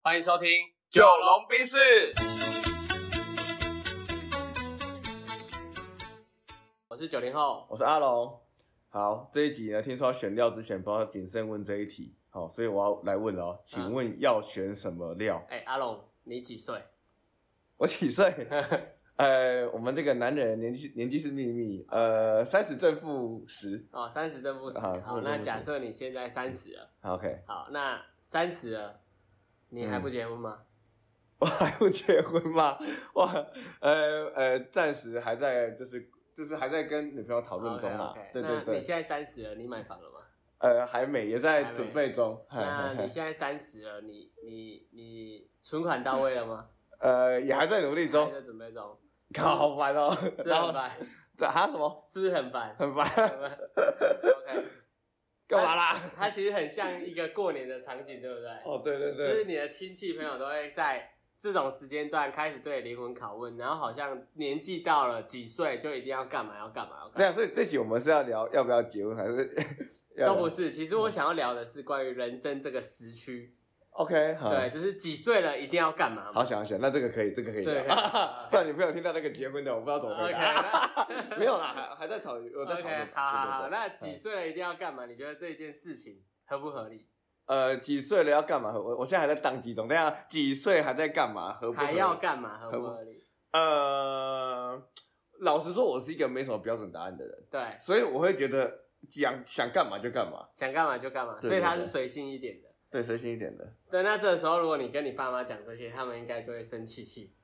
欢迎收听《九龙冰室。我是九零后，我是阿龙。好，这一集呢，听说要选料之前，不要谨慎问这一题。好，所以我要来问了啊哦，请问要选什么料？哎、阿龙，你几 岁？我几岁？ 呃，我们这个男人年纪年纪是秘密。呃，三十正负十。哦，三十正负十。好好， 30那正负假十设你现在三十了，好 OK， 好，那三十了，你还嗯不结婚吗？我还不结婚吗？ 我呃呃，暂时还在，就是就是还在跟女朋友讨论中嘛 o k o k。对对那对你，现在三十了，你买房了吗？呃，还没，也在还没准备中。 嘿那嘿嘿你现在三十了，你你你存款到位了 吗？呃，也还在努力中还。在准备中，靠， 好烦哦。是不是然后很烦，这还有什么？是不是很 烦 很烦。 ？OK，干嘛啦？它其实很像一个过年的场景，对不对？哦，对对就是对，你的亲戚朋友都会在这种时间段开始对灵魂拷问，然后好像年纪到了几岁就一定要干嘛要干嘛要对干啊，嘛，所以这集我们是要聊要不要结婚，还 是要都不是。其实我想要聊的是关于人生这个时区， OK？好，对，就是几岁了一定要干嘛嘛。好想要选，那这个可以，这个可以对聊可以好。 不然女朋友听到那个结婚的，我不知道怎么回答。 OK 没有啦，还还在讨论，我在讨 OK，论。好好好，对对对那几嗯岁了一定要干嘛？你觉得这件事情合不合理？呃几岁了要干嘛？我我现在还在当机中，等一下几岁还在干嘛？合不合还要干嘛合合不不合理？呃，老实说，我是一个没什么标准答案的人，对，所以我会觉得想想干嘛就干嘛，想干嘛就干嘛，对所以对它是对随性一点的。对，随心一点的。对，那这个时候如果你跟你爸妈讲这些，他们应该就会生气气。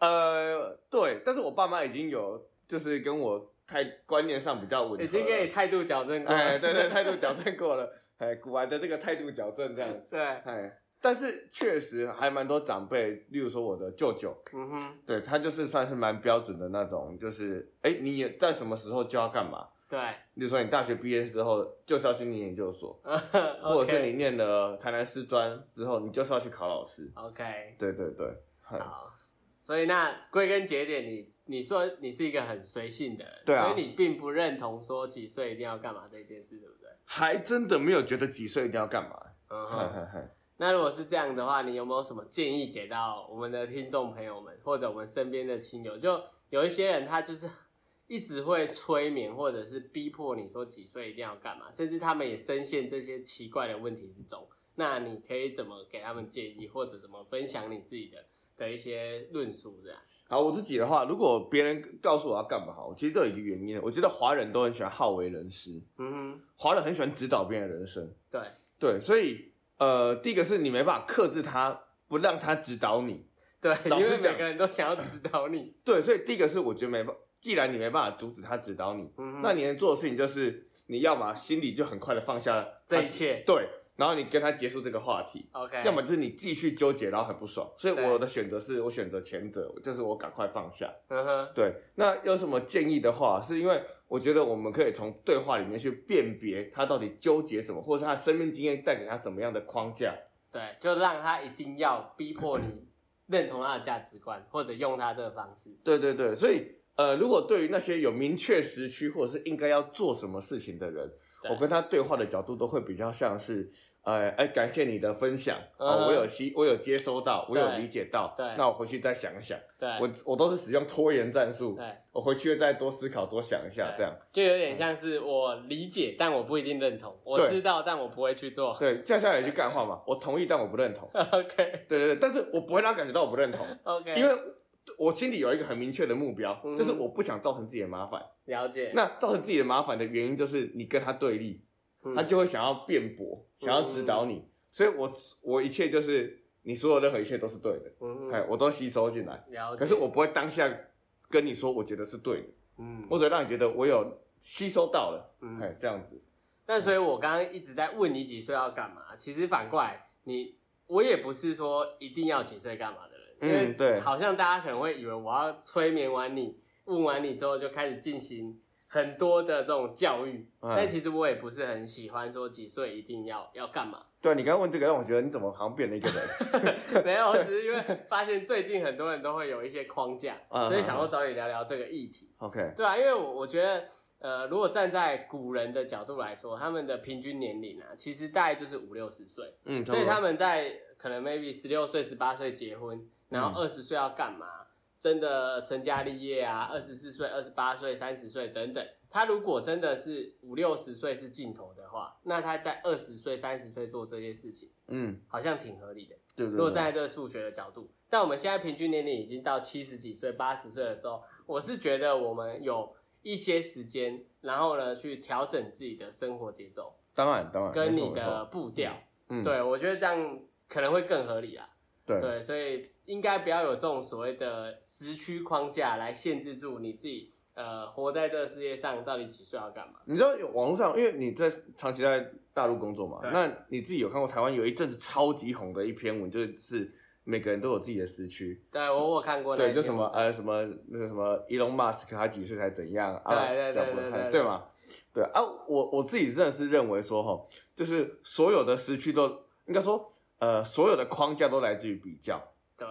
呃，对，但是我爸妈已经有就是跟我态观念上比较吻合了，已经给你态度矫正过了，嗯哎，对对，态度矫正过了，哎，古玩的这个态度矫正这样， 对，哎，但是确实还蛮多长辈，例如说我的舅舅，嗯哼，对他就是算是蛮标准的那种，就是哎，你也在什么时候就要干嘛？对，例如说你大学毕业之后就是要去念研究所，或 或者是你念了台南师专之后，你就是要去考老师， OK，对对对，哎好，所以那归根结底，你你说你是一个很随性的人，对啊所以你并不认同说几岁一定要干嘛这件事，对不对？还真的没有觉得几岁一定要干嘛。嗯嗨哼，嗨嗨。那如果是这样的话，你有没有什么建议给到我们的听众朋友们，或者我们身边的亲友？就有一些人他就是 一直会催眠，或者是逼迫你说几岁一定要干嘛，甚至他们也深陷这些奇怪的问题之中。那你可以怎么给他们建议，或者怎么分享你自己的的一些论述？这样好，我自己的话，如果别人告诉我要干嘛好，我其实都有一个原因。我觉得华人都很喜欢好为人师，嗯哼，华人很喜欢指导别人的人生。对，对，所以呃，第一个是你没办法克制他，不让他指导你。对，老因实为每讲个人都想要指导你。对，所以第一个是我觉得没办，既然你没办法阻止他指导你，嗯哼，那你能做的事情就是你要么心里就很快的放下他这一切对，然后你跟他结束这个话题。 OK，要么就是你继续纠结，然后很不爽，所以对我的选择是我选择前者，就是我赶快放下。嗯哼，对，那有什么建议的话，是因为我觉得我们可以从对话里面去辨别他到底纠结什么，或者是他生命经验带给他什么样的框架。对，就让他一定要逼迫你认同他的价值观，或者用他这个方式。对对对，所以呃，如果对于那些有明确时区或者是应该要做什么事情的人，对我跟他对话的角度都会比较像是，呃，哎，感谢你的分享，嗯哦，我有吸，我有接收到，我有对理解到，对那我回去再想一想，对，我我都是使用拖延战术，对，我回去再多思考多想一下对这样。就有点像是我理解，但我不一定认同。我对知道，但我不会去做。对，接下来有一句干话嘛，我同意，但我不认同。 OK 对对对，但是我不会让他感觉到我不认同， OK，因为我心里有一个很明确的目标，嗯就是我不想造成自己的麻烦。了解，那造成自己的麻烦的原因就是你跟他对立，嗯他就会想要辩驳，想要指导你。所以我我一切就是你说的任何一切都是对的，嗯哎、哼我都吸收进来。了解。可是我不会当下跟你说我觉得是对的，嗯我只会让你觉得我有吸收到了，哎、嗯，这样子。但所以我刚刚一直在问你几岁要干嘛，其实反过来你我也不是说一定要几岁干嘛的人，嗯因为对好像大家可能会以为我要催眠完你，问完你之后就开始进行。很多的这种教育，嗯但其实我也不是很喜欢说几岁一定要要干嘛， 对，你刚刚问这个让我觉得你怎么好像变了一个 人。没有，我只是因为发现最近很多人都会有一些框架，嗯所以想要找你聊聊这个议题。 OK，对啊，因为我我觉得，呃，如果站在古人的角度来说，他们的平均年龄啊，其实大概就是五六十岁，嗯，所以他们在可能 maybe 十六岁、十八岁结婚，然嗯后二十岁要干嘛？真的成家立业啊，二十四岁、二十八岁、三十岁等等。他如果真的是五六十岁是尽头的话，那他在二十岁、三十岁做这些事情，嗯，好像挺合理的。对对如果对，站在这个数学的角度，但我们现在平均年龄已经到七十几岁、八十岁的时候，我是觉得我们有一些时间，然后呢去调整自己的生活节奏当然当然，跟啊没错你的，步调，没错嗯，对我觉得这样可能会更合理啊。对对，所以应该不要有这种所谓的时区框架来限制住你自己，呃，活在这个世界上到底几岁要干嘛？你知道有网络上，因为你在长期在大陆工作嘛，对那你自己有看过台湾有一阵子超级红的一篇文，就是每个人都有自己的时区，对我我有看过那对，一就篇什么呃什么那个什么 Elon Musk 他几岁才怎样啊？对对对这样不对太对对嘛？对啊，我我自己真的是认为说哈，就是所有的时区都应该说呃所有的框架都来自于比较，对，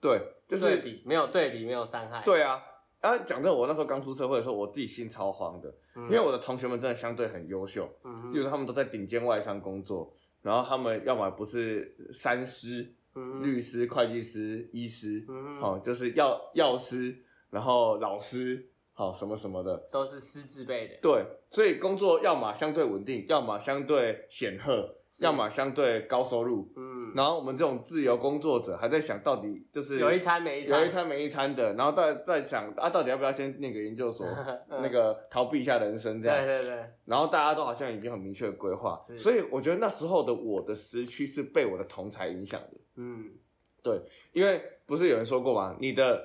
对，就对是比没有对比没有伤害，，对啊。啊，讲真的，我那时候刚出社会的时候，我自己心超慌的，因因为我的同学们真的相对很优秀，嗯例哼如说他们都在顶尖外商工作，然后他们要么不是三师、嗯哼律师、会计师、医师，嗯哼好、就是药药师，然后老师，好、什么什么的。都是师字辈的，对，所以工作要么相对稳定，要么相对显赫，是要么相对高收入。嗯，然后我们这种自由工作者还在想到底就是有一餐没一餐，，有一餐没一餐的，然后再再想啊，到底要不要先念个研究所 嗯那个逃避一下人生这对样。对嗯对，然后大家都好像已经很明确的规划，是所以我觉得那时候的我的时区是被我的同才影响的，嗯，因为不是有人说过吗？你的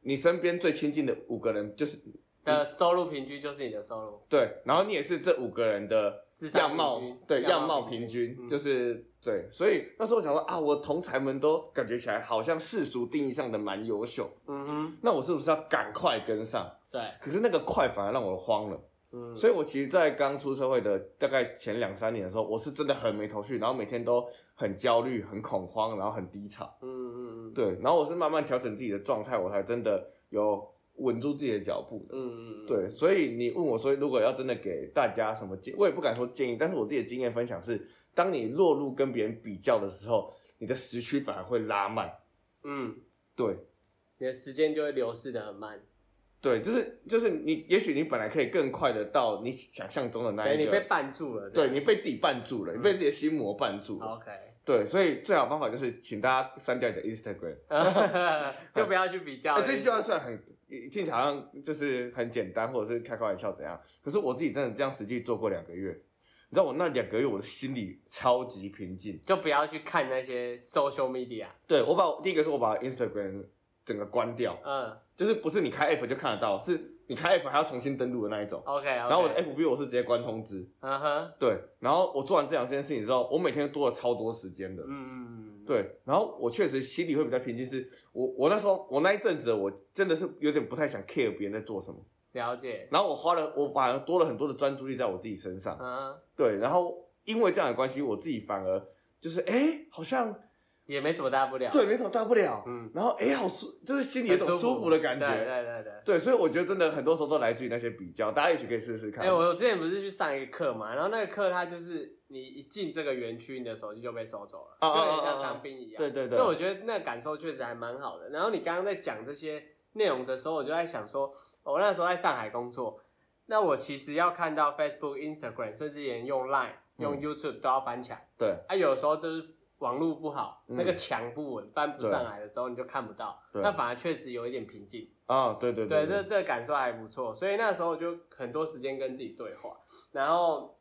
你身边最亲近的五个人就是的收入平均就是你的收入，对，然后你也是这五个人的智商样貌平均对样样貌貌平平均均，嗯就是对，所以那时候我想说啊，我同才们都感觉起来好像世俗定义上的蛮优秀，嗯哼，那我是不是要赶快跟上？对，可是那个快反而让我慌了。嗯，所以以我其实，在刚出社会的大概前两三年的时候，我是真的很没头绪，然后每天都很焦虑、很恐慌，然后很低潮。嗯嗯嗯，对，然后我是慢慢调整自己的状态，我才真的有稳住自己的脚步的。嗯嗯嗯，对，所以你问我说，如果要真的给大家什么建，我也不敢说建议，但是我自己的经验分享是，当你落入跟别人比较的时候，你的时区反而会拉慢。嗯，对，你的时间就会流逝的很慢。对，就是就是你，也许你本来可以更快的到你想象中的那一对个，你被绊住了，对你被自己绊住了，你被自己的心魔绊住了。 ，OK，对，所以最好方法就是请大家删掉你的 Instagram。就不要去比较哎、了。这句话虽然很听起来好像就是很简单，或者是开开玩笑怎样，可是我自己真的这样实际做过两个月。你知道我那两个月我的心里超级平静。就不要去看那些 social media，对我把第一个是我把 Instagram 整个关掉，嗯就是不是你开 app 就看得到，是你开 app 还要重新登录的那一种。 ，OK，然然后我的 FB 我是直接关通知。嗯哼，对，然后我做完这两件事情之后，我每天都多了超多时间的。嗯，嗯，对，然后我确实心里会比较平静，是我我那时候我那一阵子我真的是有点不太想 care 别人在做什么，了解，然后我花了我反而多了很多的专注力在我自己身上，嗯，对，然后因为这样的关系，我自己反而就是哎好像也没什么大不了，对，没什么大不了，嗯，然后哎好舒就是心里有一种很舒服的感对觉，对对对。对，所以我觉得真的很多时候都来自于那些比较，大家也许可以试试看，哎、我我之前不是去上一个课嘛，然后那个课它就是你一进这个园区，你的手机就被收走了，哦哦就有点哦像哦当兵一样。对对对所以我觉得那个感受确实还蛮好的。然后你刚刚在讲这些内容的时候，我就在想说，哦我那时候在上海工作，那我其实要看到 Facebook、Instagram，甚至连用 Line、用嗯 YouTube 都要翻墙。对啊，有时候就是网络不好，嗯那个墙不稳，翻不对上来的时候，你就看不到，对那反而确实有一点瓶颈。啊对对对，这这个感受还不错，所以那时候就很多时间跟自己对话。然后，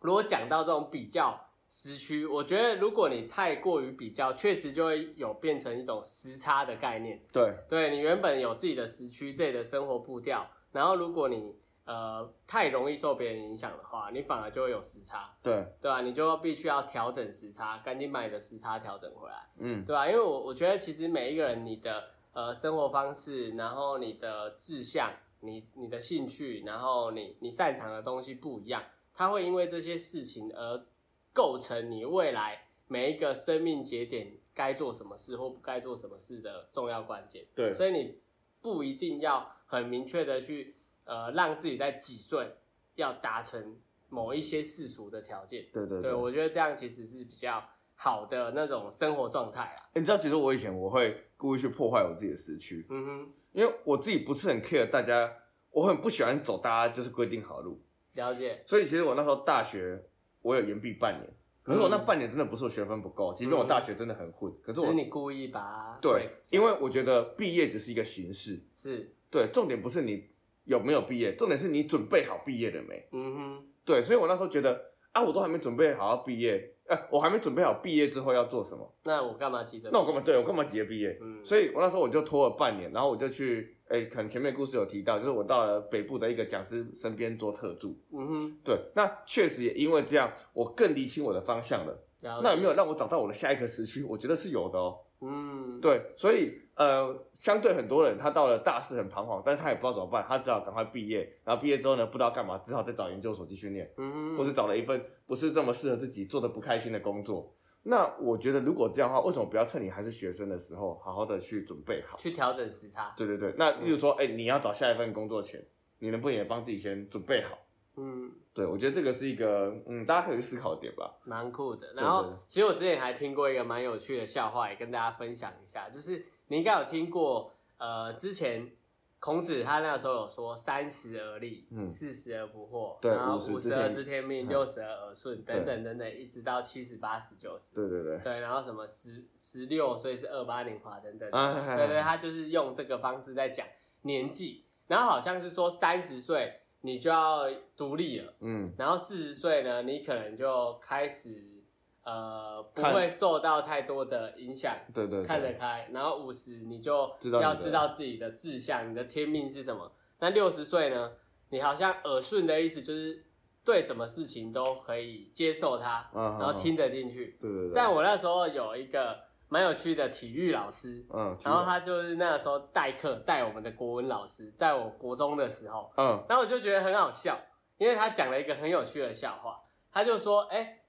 如果讲到这种比较时区，我觉得如果你太过于比较，确实就会有变成一种时差的概念。对对你原本有自己的时区、自己的生活步调，然后如果你呃太容易受别人影响的话，你反而就会有时差，对，对吧、你就必须要调整时差，赶紧把你的时差调整回来。嗯对吧、因为我我觉得其实每一个人你的呃生活方式，然后你的志向，你你的兴趣，然后你你擅长的东西不一样，它会因为这些事情而构成你未来每一个生命节点该做什么事或不该做什么事的重要关键。对所以你不一定要很明确的去呃让自己在几岁要达成某一些世俗的条件。对对对，我觉得这样其实是比较好的那种生活状态啊。欸你知道，其实我以前我会故意去破坏我自己的时区，嗯哼，因为我自己不是很 care 大家，我很不喜欢走大家就是规定好的路。了解。所以其实我那时候大学我有延毕半年，可是我那半年真的不是我学分不够，即便我大学真的很混，可嗯只是我是你故意把它对 break，掉因为我觉得毕业只是一个形式，是，对，重点不是你有没有毕业，重点是你准备好毕业了没？嗯哼，对，所以我那时候觉得啊，我都还没准备好要毕业，呃，我还没准备好毕业之后要做什么，那我干嘛急着？那我干嘛？对我干嘛急着毕业？嗯，所以我那时候我就拖了半年，然后我就去，哎、可能前面故事有提到，就是我到了北部的一个讲师身边做特助，嗯哼，对，那确实也因为这样，我更理清我的方向了。了那解有没有？让我找到我的下一个时区？我觉得是有的哦。嗯，，对，所以呃，相对很多人他到了大四很彷徨，但是他也不知道怎么办，他只好赶快毕业。然后毕业之后呢，不知道干嘛，只好再找研究所继续念，嗯哼，或是找了一份不是这么适合自己、做的不开心的工作。那我觉得，如果这样的话，为什么不要趁你还是学生的时候，好好的去准备好？去调整时差。对对对，嗯那例如说，哎、你要找下一份工作前，你能不能也帮自己先准备好？嗯，对，我觉得这个是一个，嗯，大家可以去思考的点吧。蛮酷的。对然后对其实我之前还听过一个蛮有趣的笑话，也跟大家分享一下，就是你应该有听过，呃，之前孔子他那时候有说“三十而立，嗯四十而不惑”，对然后50五知十而天知天命，嗯六十而耳顺，对等等等等，一直到七十八、十九十。对对对，对，然后什么十十六岁是二八年华等等，啊对对，他就是用这个方式在讲年纪，然后好像是说三十岁你就要独立了，嗯，然后四十岁呢，你可能就开始呃不看会受到太多的影响，对对对，看得开，然后五十你就知道你的要知道自己的志向，你的天命是什么。那六十岁呢，你好像耳顺的意思就是对什么事情都可以接受它，嗯，然后嗯，听得进去。对对对，但我那时候有一个蛮有趣的体育老师，嗯，然后他就是那时候代课带我们的国文老师，在我国中的时候，嗯然后我就觉得很好笑，因为他讲了一个很有趣的笑话，他就说：“哎，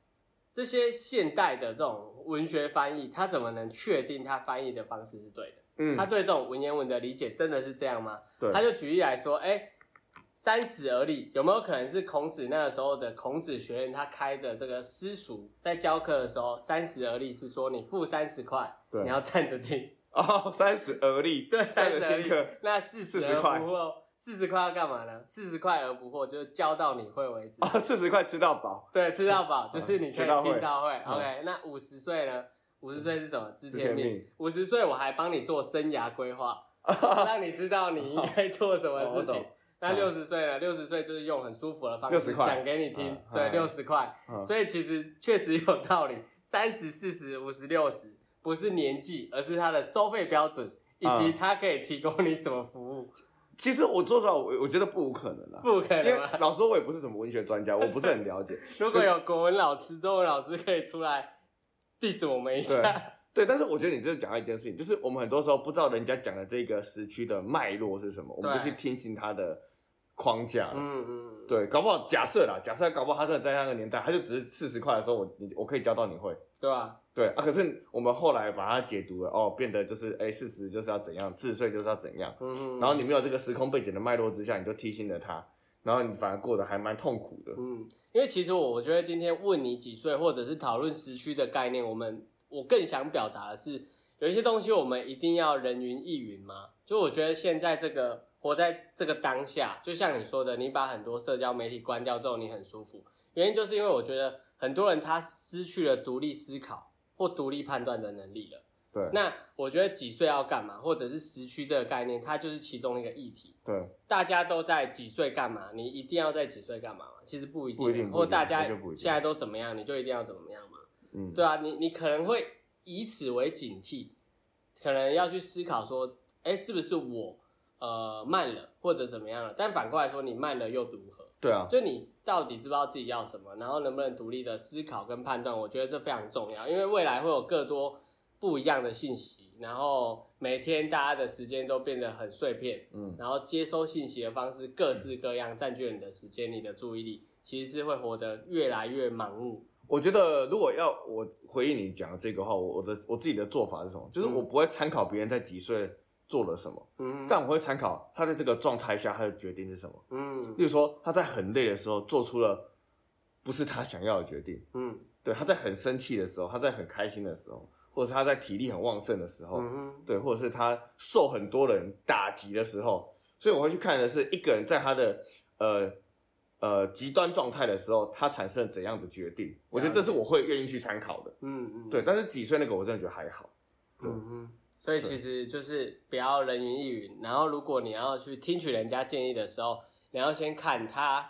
这些现代的这种文学翻译，他怎么能确定他翻译的方式是对的？嗯，他对这种文言文的理解真的是这样吗？”对，他就举例来说：“哎。”三十而立，有没有可能是孔子那个时候的孔子学院他开的这个私塾，在教课的时候，三十而立是说你付三十块，对你要站着听，哦三十而立，对，站三着十而听立课，。那四十40块而不惑，四十块要干嘛呢？四十块而不惑，就是教到你会为止。啊，四十块吃到饱，对，吃到饱就是你可吃以到会听到会。嗯 OK，那五十岁呢？五十岁是什么？知知天天命。命，五十岁我还帮你做生涯规 划，让你知道你应该做什么哦我事情懂。那嗯六十岁呢？六十岁就是用很舒服的方式60块讲给你听嗯，对，嗯六十块。嗯所以其实确实有道理，三十、四十、五十、六十，不是年纪，而是它的收费标准，以及嗯它可以提供你什么服务，其实我说实话，我我觉得不无可能啦，不可因能啊为吧。老实说，我也不是什么文学专家，我不是很 了解，如果有国文老师、中文老师可以出来 diss 我们一下，对，但是我觉得你这讲到一件事情，就是我们很多时候不知道人家讲的这个时区的脉络是什么，我们就对去听信他的框架了。嗯嗯，对，搞不好假设啦，假设搞不好他真的在那个年代，他就只是四十块的时候，我你我可以教到你会，对吧？对啊，可是我们后来把它解读了，哦，变得就是哎，事实就是要怎样，自岁就是要怎样。嗯，然后你没有这个时空背景的脉络之下，你就提醒了他，然后你反而过得还蛮痛苦的。嗯，因为其实我我觉得今天问你几岁，或者是讨论时区的概念，我们我更想表达的是，有一些东西我们一定要人云亦云吗？就我觉得现在这个活在这个当下，就像你说的，你把很多社交媒体关掉之后，你很舒服，原因就是因为我觉得很多人他失去了独立思考或独立判断的能力了。对，那我觉得几岁要干嘛，或者是时区这个概念，它就是其中一个议题。对，大家都在几岁干嘛，你一定要在几岁干嘛吗？其实不一定，不一定不一定或大家我觉得不一定现在都怎么样，你就一定要怎么样嘛？嗯，对啊，你你可能会以此为警惕，可能要去思考说，哎，是不是我呃慢了或者怎么样了？但反过来说，你慢了又如何？对啊，就你到底知不知道自己要什么，然后能不能独立的思考跟判断，我觉得这非常重要，因为未来会有更多不一样的信息，然后每天大家的时间都变得很碎片，嗯，然后接收信息的方式各式各样，占据了你的时间、你的注意力，其实是会活得越来越盲目。我觉得如果要我回应你讲的这个话，我我的我自己的做法是什么？就是嗯我不会参考别人在几岁做了什么，嗯，但我会参考他在这个状态下他的决定是什么。嗯例如说，他在很累的时候做出了不是他想要的决定，嗯对，他在很生气的时候，他在很开心的时候，或者是他在体力很旺盛的时候，嗯哼，对，或者是他受很多人打击的时候，所以我会去看的是一个人在他的呃呃极端状态的时候，他产生了怎样的决定。我觉得这是我会愿意去参考的。嗯嗯，对，但是几岁那个我真的觉得还好。对嗯哼，所以其实就是不要人云亦云，然后如果你要去听取人家建议的时候，你要先看他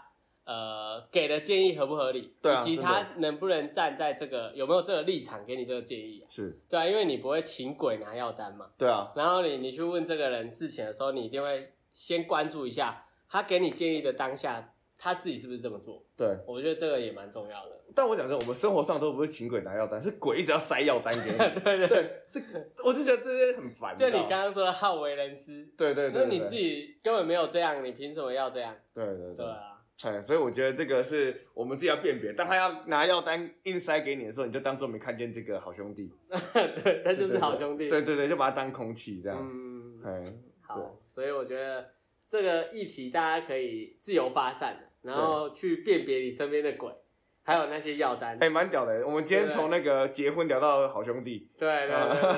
呃给的建议合不合理，对啊以及真他能不能站在这个有没有这个立场给你这个建议啊？是，对啊，因为你不会请鬼拿药单嘛，对啊，然后你你去问这个人事情的时候，你一定会先关注一下他给你建议的当下他自己是不是这么做，对。我觉得这个也蛮重要的。但我讲真，我们生活上都不是请鬼拿药单，是鬼一直要塞药单 给你。对对， 对，是，我就觉得这些很烦。就知道你吗刚刚说的好为人师，对对对，那对你自己根本没有这样，你凭什么要这样？对对对对，啊， 哎，所以我觉得这个是我们自己要辨别。当他要拿药单硬塞给你的时候，你就当做没看见这个好兄弟。对，他 就是好兄弟。对对对，就把它当空气这样。嗯，哎，对好，所以我觉得这个议题大家可以自由发散的，然后去辨别你身边的鬼，还有那些药单。哎，蛮屌的。我们今天从那个结婚聊到好兄弟，对对对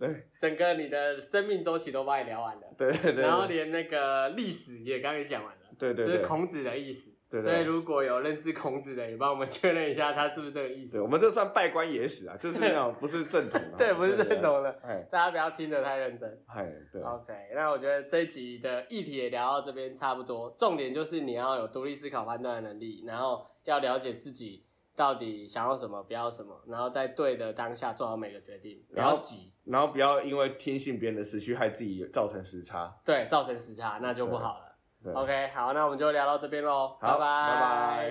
对，对整个你的生命周期都帮你聊完了，对对对，然后连那个历史也刚刚讲完了，对对就是对，孔子的意思。对对所以如果有认识孔子的，也帮我们确认一下他是不是这个意对思。我。们这算拜官野史啊，这是那种不是正统 啊对，不是认。同的，哎大家不要听得太认真。哎，对， OK，那我觉得这一集的议题也聊到这边差不多，重点就是你要有独立思考判断的能力，然后要了解自己到底想要什么，不要什么，然后在对的当下做好每个决定，不然后要急，然后不要因为听信别人的时去害自己造成时差。对，造成时差那就不好了。对 OK，好，那我们就聊到这边喽，拜好拜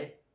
拜